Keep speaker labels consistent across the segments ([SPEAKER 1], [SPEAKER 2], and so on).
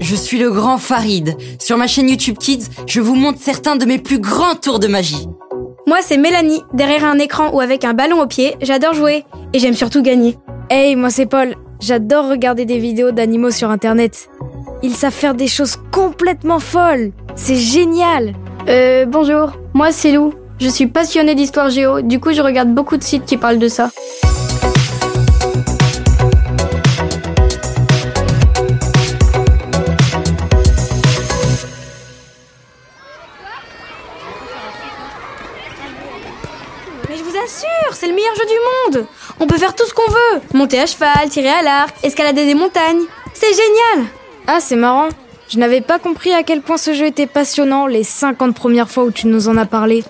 [SPEAKER 1] Je suis le grand Farid. Sur ma chaîne YouTube Kids, je vous montre certains de mes plus grands tours de magie.
[SPEAKER 2] Moi, c'est Mélanie. Derrière un écran ou avec un ballon au pied, j'adore jouer. Et j'aime surtout gagner.
[SPEAKER 3] Hey, moi c'est Paul. J'adore regarder des vidéos d'animaux sur internet. Ils savent faire des choses complètement folles. C'est génial.
[SPEAKER 4] Euh, bonjour. Moi, c'est Lou. Je suis passionnée d'histoire géo, du coup, je regarde beaucoup de sites qui parlent de ça.
[SPEAKER 2] Mais je vous assure, c'est le meilleur jeu du monde. On peut faire tout ce qu'on veut. Monter à cheval, tirer à l'arc, escalader des montagnes. C'est génial.
[SPEAKER 3] Ah, c'est marrant. Je n'avais pas compris à quel point ce jeu était passionnant les 50 premières fois où tu nous en as parlé.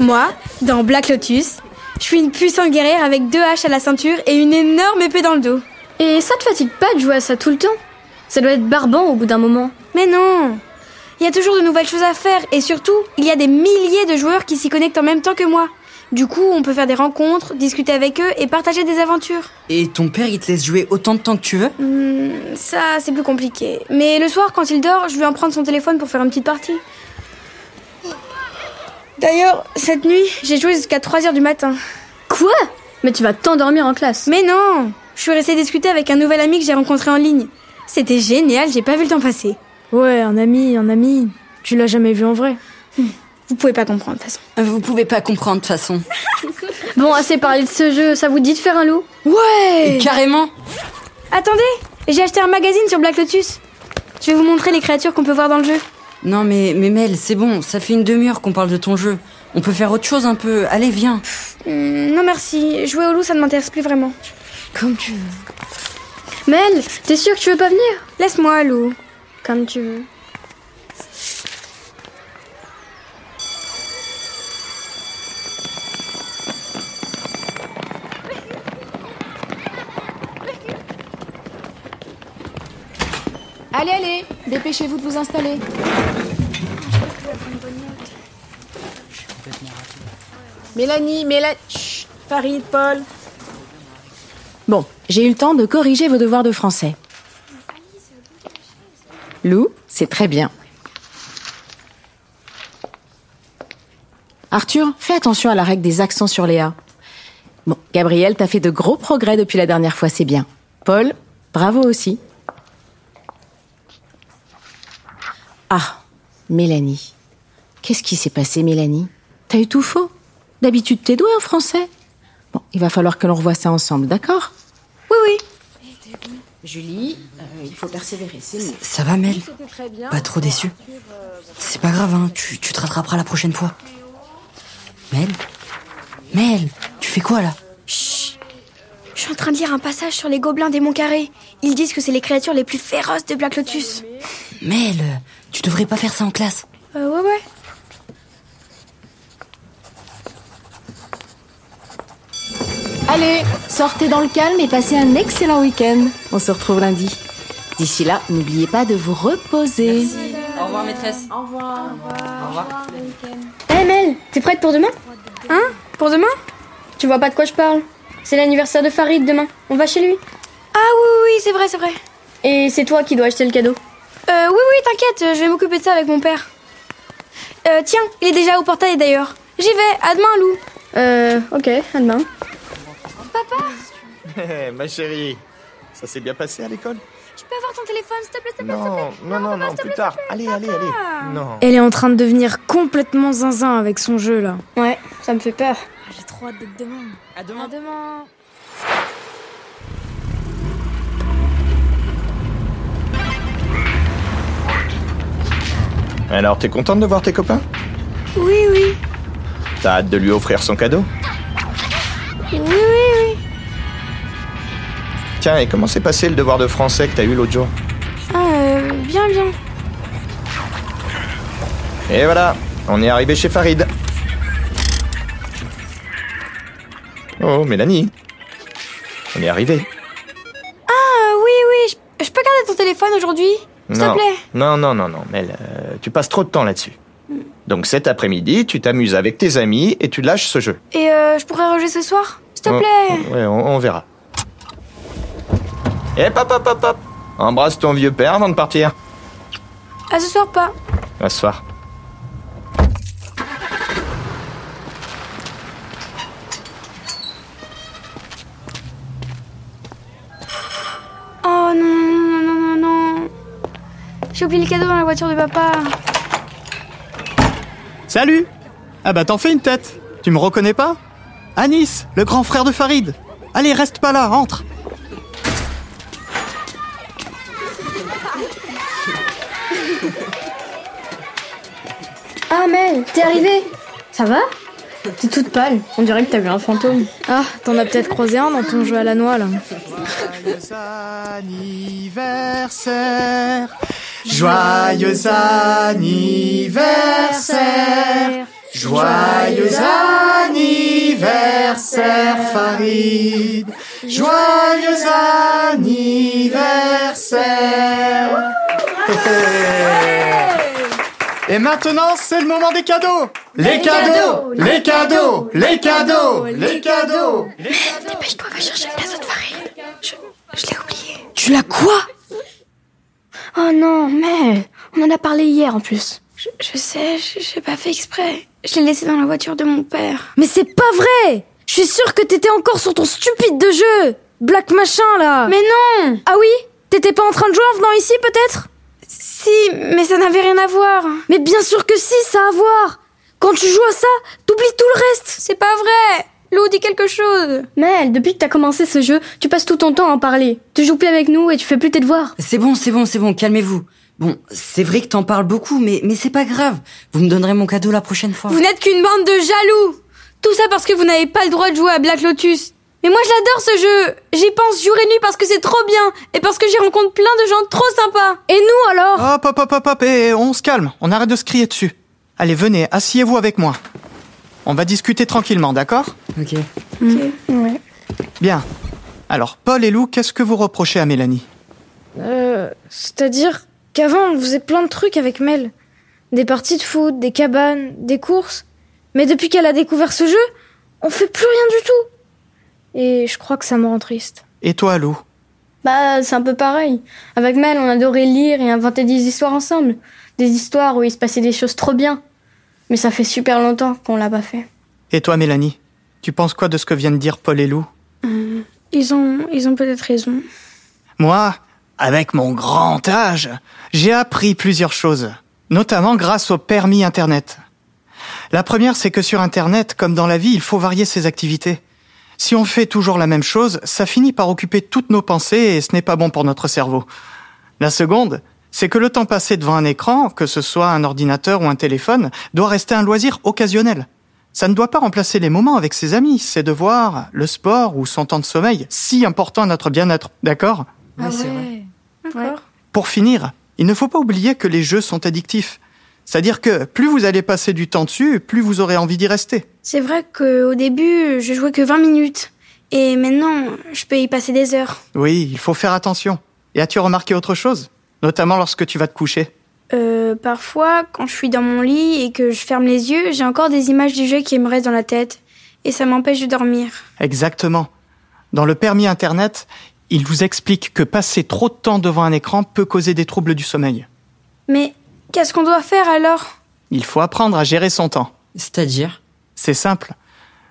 [SPEAKER 2] Moi, dans Black Lotus, je suis une puissante guerrière avec deux haches à la ceinture et une énorme épée dans le dos.
[SPEAKER 4] Et ça te fatigue pas de jouer à ça tout le temps Ça doit être barbant au bout d'un moment.
[SPEAKER 2] Mais non Il y a toujours de nouvelles choses à faire et surtout, il y a des milliers de joueurs qui s'y connectent en même temps que moi. Du coup, on peut faire des rencontres, discuter avec eux et partager des aventures.
[SPEAKER 1] Et ton père, il te laisse jouer autant de temps que tu veux
[SPEAKER 2] Hmm, ça, c'est plus compliqué. Mais le soir, quand il dort, je lui emprunte son téléphone pour faire une petite partie. D'ailleurs, cette nuit, j'ai joué jusqu'à 3h du matin.
[SPEAKER 4] Quoi Mais tu vas t'endormir en classe.
[SPEAKER 2] Mais non Je suis restée discuter avec un nouvel ami que j'ai rencontré en ligne. C'était génial, j'ai pas vu le temps passer.
[SPEAKER 3] Ouais, un ami, un ami. Tu l'as jamais vu en vrai.
[SPEAKER 2] Vous pouvez pas comprendre, de toute façon.
[SPEAKER 1] Vous pouvez pas comprendre de toute façon.
[SPEAKER 4] Bon, assez parlé de ce jeu, ça vous dit de faire un loup
[SPEAKER 1] Et carrément
[SPEAKER 2] Attendez J'ai acheté un magazine sur Black Lotus. Je vais vous montrer les créatures qu'on peut voir dans le jeu.
[SPEAKER 1] Non mais, mais Mel, c'est bon, ça fait une demi-heure qu'on parle de ton jeu. On peut faire autre chose un peu. Allez, viens.
[SPEAKER 2] Hmm, non merci, jouer au loup ça ne m'intéresse plus vraiment.
[SPEAKER 1] Comme tu veux.
[SPEAKER 4] Mel, t'es sûr que tu veux pas venir
[SPEAKER 2] Laisse-moi, loup.
[SPEAKER 4] Comme tu veux.
[SPEAKER 5] Allez, allez, dépêchez-vous de vous installer. Mélanie, Mélanie. Chut, Farid, Paul.
[SPEAKER 6] Bon, j'ai eu le temps de corriger vos devoirs de français. Lou, c'est très bien. Arthur, fais attention à la règle des accents sur les A. Bon, Gabriel, t'as fait de gros progrès depuis la dernière fois, c'est bien. Paul, bravo aussi. Ah, Mélanie. Qu'est-ce qui s'est passé, Mélanie T'as eu tout faux D'habitude, t'es douée en français. Bon, il va falloir que l'on revoie ça ensemble, d'accord
[SPEAKER 2] Oui, oui.
[SPEAKER 6] Julie, euh, il faut persévérer, c'est mieux.
[SPEAKER 1] Ça va, Mel Pas trop déçu C'est pas grave, hein, tu, tu te rattraperas la prochaine fois. Mel Mel, tu fais quoi là
[SPEAKER 2] Je suis en train de lire un passage sur les gobelins des Monts Carrés. Ils disent que c'est les créatures les plus féroces de Black Lotus.
[SPEAKER 1] Mel, euh, tu devrais pas faire ça en classe.
[SPEAKER 2] Euh, ouais, ouais.
[SPEAKER 5] Allez,
[SPEAKER 6] Sortez dans le calme et passez un excellent week-end. On se retrouve lundi. D'ici là, n'oubliez pas de vous reposer.
[SPEAKER 1] Au revoir, maîtresse.
[SPEAKER 4] Eh Mel, t'es prête pour demain
[SPEAKER 2] Hein Pour demain
[SPEAKER 4] Tu vois pas de quoi je parle C'est l'anniversaire de Farid demain. On va chez lui.
[SPEAKER 2] Ah oui, oui, oui, c'est vrai, c'est vrai.
[SPEAKER 4] Et c'est toi qui dois acheter le cadeau.
[SPEAKER 2] Euh, oui, oui, t'inquiète, euh, je vais m'occuper de ça avec mon père. Euh, tiens, il est déjà au portail d'ailleurs. J'y vais, à demain, Lou.
[SPEAKER 4] Euh, ok, à demain.
[SPEAKER 7] Eh, ma chérie, ça s'est bien passé à l'école
[SPEAKER 2] Je peux avoir ton téléphone, s'il te plaît, s'il te plaît, s'il te plaît
[SPEAKER 7] Non, non, non, non, plus tard. Allez, allez, allez. Non.
[SPEAKER 3] Elle est en train de devenir complètement zinzin avec son jeu là.
[SPEAKER 4] Ouais, ça me fait peur.
[SPEAKER 3] J'ai trop hâte d'être demain.
[SPEAKER 1] À
[SPEAKER 2] Hein
[SPEAKER 1] demain.
[SPEAKER 3] demain.
[SPEAKER 7] Alors, t'es contente de voir tes copains
[SPEAKER 2] Oui, oui.
[SPEAKER 7] T'as hâte de lui offrir son cadeau
[SPEAKER 2] Oui, oui, oui.
[SPEAKER 7] Tiens, et comment s'est passé le devoir de français que t'as eu l'autre jour
[SPEAKER 2] Ah, euh, bien, bien.
[SPEAKER 7] Et voilà, on est arrivé chez Farid. Oh, Mélanie. On est arrivé.
[SPEAKER 2] Ah, oui, oui, je, je peux garder ton téléphone aujourd'hui S'il te
[SPEAKER 7] Non.
[SPEAKER 2] plaît.
[SPEAKER 7] Non, non, non, non, Mel, euh, tu passes trop de temps là-dessus.
[SPEAKER 2] Mm.
[SPEAKER 7] Donc cet après-midi, tu t'amuses avec tes amis et tu lâches ce jeu.
[SPEAKER 2] Et euh, je pourrais rejouer ce soir S'il te plaît
[SPEAKER 7] Ouais, on, on verra. Eh, pop, pop, pop, pop. Embrasse ton vieux père avant de partir.
[SPEAKER 2] À ce soir pas.
[SPEAKER 7] À ce soir.
[SPEAKER 2] Oh non, non, non, non, non. non. J'ai oublié le cadeau dans la voiture de papa.
[SPEAKER 8] Salut Ah bah t'en fais une tête Tu me reconnais pas Anis, le grand frère de Farid Allez, reste pas là, rentre
[SPEAKER 9] Ah Mel, t'es arrivée Ça va T'es toute pâle, on dirait que t'as vu un fantôme.
[SPEAKER 3] Ah, t'en as peut-être croisé un dans ton jeu à la noix là.
[SPEAKER 8] Joyeux anniversaire Joyeux anniversaire Joyeux anniversaire Farid Joyeux anniversaire Et maintenant, c'est le moment des cadeaux Les cadeaux Les cadeaux Les cadeaux Les cadeaux
[SPEAKER 2] Dépêche-toi, va chercher le cadeau de Farid. Je, je l'ai oublié.
[SPEAKER 1] Tu l'as quoi
[SPEAKER 9] Oh non, Mel, on en a parlé hier en plus.
[SPEAKER 2] Je, je sais, je- j'ai pas fait exprès. Je l'ai laissé dans la voiture de mon père.
[SPEAKER 3] Mais c'est pas vrai Je suis sûre que t'étais encore sur ton stupide de jeu Black machin là
[SPEAKER 2] Mais non
[SPEAKER 3] Ah oui T'étais pas en train de jouer en venant ici peut-être
[SPEAKER 2] Si, mais ça n'avait rien à voir.
[SPEAKER 3] Mais bien sûr que si, ça a à voir Quand tu joues à ça, t'oublies tout le reste
[SPEAKER 2] C'est pas vrai Lou dit quelque chose.
[SPEAKER 9] Mel, depuis que t'as commencé ce jeu, tu passes tout ton temps à en parler. Tu joues plus avec nous et tu fais plus tes devoirs.
[SPEAKER 1] C'est bon, c'est bon, c'est bon, calmez-vous. Bon, c'est vrai que t'en parles beaucoup, mais, mais c'est pas grave. Vous me donnerez mon cadeau la prochaine fois.
[SPEAKER 2] Vous n'êtes qu'une bande de jaloux Tout ça parce que vous n'avez pas le droit de jouer à Black Lotus. Mais moi j'adore ce jeu J'y pense jour et nuit parce que c'est trop bien et parce que j'y rencontre plein de gens trop sympas
[SPEAKER 3] Et nous alors
[SPEAKER 8] Hop, hop, hop, hop, hop, et on se calme, on arrête de se crier dessus. Allez, venez, asseyez-vous avec moi. On va discuter tranquillement, d'accord
[SPEAKER 1] Ok.
[SPEAKER 8] Bien. Alors, Paul et Lou, qu'est-ce que vous reprochez à Mélanie
[SPEAKER 3] Euh, c'est-à-dire qu'avant on faisait plein de trucs avec Mel. Des parties de foot, des cabanes, des courses. Mais depuis qu'elle a découvert ce jeu, on fait plus rien du tout. Et je crois que ça me rend triste.
[SPEAKER 8] Et toi, Lou
[SPEAKER 9] Bah, c'est un peu pareil. Avec Mel, on adorait lire et inventer des histoires ensemble. Des histoires où il se passait des choses trop bien. Mais ça fait super longtemps qu'on l'a pas fait.
[SPEAKER 8] Et toi, Mélanie Tu penses quoi de ce que viennent dire Paul et Lou
[SPEAKER 2] Ils ont, ils ont peut-être raison.
[SPEAKER 8] Moi, avec mon grand âge, j'ai appris plusieurs choses, notamment grâce au permis Internet. La première, c'est que sur Internet, comme dans la vie, il faut varier ses activités. Si on fait toujours la même chose, ça finit par occuper toutes nos pensées et ce n'est pas bon pour notre cerveau. La seconde, c'est que le temps passé devant un écran, que ce soit un ordinateur ou un téléphone, doit rester un loisir occasionnel. Ça ne doit pas remplacer les moments avec ses amis, ses devoirs, le sport ou son temps de sommeil, si important à notre bien-être, d'accord
[SPEAKER 1] Ouais, c'est vrai.
[SPEAKER 8] pour finir, il ne faut pas oublier que les jeux sont addictifs. C'est-à-dire que plus vous allez passer du temps dessus, plus vous aurez envie d'y rester.
[SPEAKER 2] C'est vrai qu'au début, je jouais que 20 minutes. Et maintenant, je peux y passer des heures.
[SPEAKER 8] Oui, il faut faire attention. Et as-tu remarqué autre chose Notamment lorsque tu vas te coucher.
[SPEAKER 2] Euh, parfois, quand je suis dans mon lit et que je ferme les yeux, j'ai encore des images du jeu qui me restent dans la tête. Et ça m'empêche de dormir.
[SPEAKER 8] Exactement. Dans le permis Internet, il vous explique que passer trop de temps devant un écran peut causer des troubles du sommeil.
[SPEAKER 2] Mais qu'est-ce qu'on doit faire alors
[SPEAKER 8] Il faut apprendre à gérer son temps.
[SPEAKER 1] C'est-à-dire
[SPEAKER 8] C'est simple.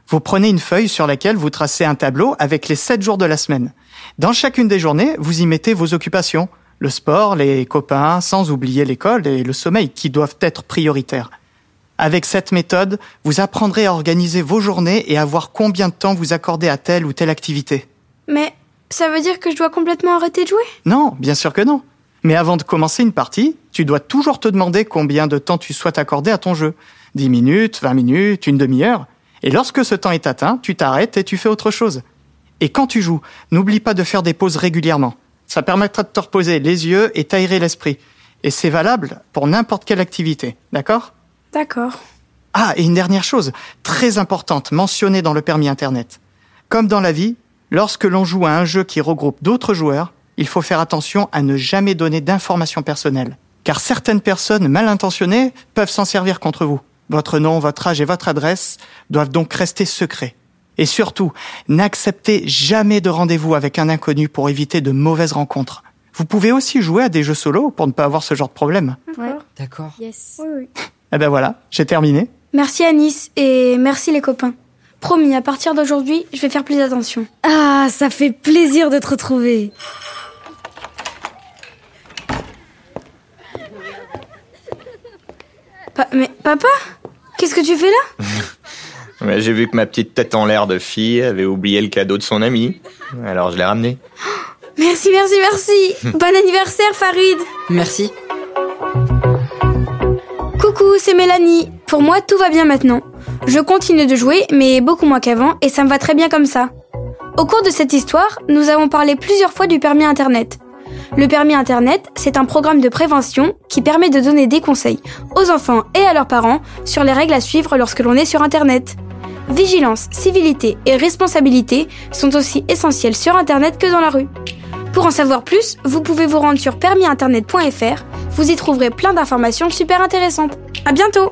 [SPEAKER 8] Vous prenez une feuille sur laquelle vous tracez un tableau avec les 7 jours de la semaine. Dans chacune des journées, vous y mettez vos occupations, le sport, les copains, sans oublier l'école et le sommeil qui doivent être prioritaires. Avec cette méthode, vous apprendrez à organiser vos journées et à voir combien de temps vous accordez à telle ou telle activité.
[SPEAKER 2] Mais ça veut dire que je dois complètement arrêter de jouer
[SPEAKER 8] Non, bien sûr que non. Mais avant de commencer une partie, tu dois toujours te demander combien de temps tu souhaites accorder à ton jeu. 10 minutes, 20 minutes, une demi-heure. Et lorsque ce temps est atteint, tu t'arrêtes et tu fais autre chose. Et quand tu joues, n'oublie pas de faire des pauses régulièrement. Ça permettra de te reposer les yeux et t'aérer l'esprit. Et c'est valable pour n'importe quelle activité, d'accord
[SPEAKER 2] D'accord.
[SPEAKER 8] ah, et une dernière chose, très importante, mentionnée dans le permis Internet. Comme dans la vie, lorsque l'on joue à un jeu qui regroupe d'autres joueurs, il faut faire attention à ne jamais donner d'informations personnelles. Car certaines personnes mal intentionnées peuvent s'en servir contre vous. Votre nom, votre âge et votre adresse doivent donc rester secrets. Et surtout, n'acceptez jamais de rendez-vous avec un inconnu pour éviter de mauvaises rencontres. Vous pouvez aussi jouer à des jeux solo pour ne pas avoir ce genre de problème.
[SPEAKER 1] D'accord.
[SPEAKER 2] Yes.
[SPEAKER 8] Eh ben voilà, j'ai terminé.
[SPEAKER 2] Merci Anis et merci les copains. Promis, à partir d'aujourd'hui, je vais faire plus attention.
[SPEAKER 3] Ah, ça fait plaisir de te retrouver.
[SPEAKER 2] Pa- mais papa Qu'est-ce que tu fais là
[SPEAKER 7] Mais j'ai vu que ma petite tête en l'air de fille avait oublié le cadeau de son ami. Alors je l'ai ramené.
[SPEAKER 2] Merci, merci, merci Bon anniversaire Farid
[SPEAKER 1] Merci.
[SPEAKER 2] Coucou, c'est Mélanie. Pour moi, tout va bien maintenant. Je continue de jouer, mais beaucoup moins qu'avant, et ça me va très bien comme ça. Au cours de cette histoire, nous avons parlé plusieurs fois du permis Internet. Le permis Internet, c'est un programme de prévention qui permet de donner des conseils aux enfants et à leurs parents sur les règles à suivre lorsque l'on est sur Internet. Vigilance, civilité et responsabilité sont aussi essentielles sur Internet que dans la rue. Pour en savoir plus, vous pouvez vous rendre sur permisinternet.fr. Vous y trouverez plein d'informations super intéressantes. À bientôt!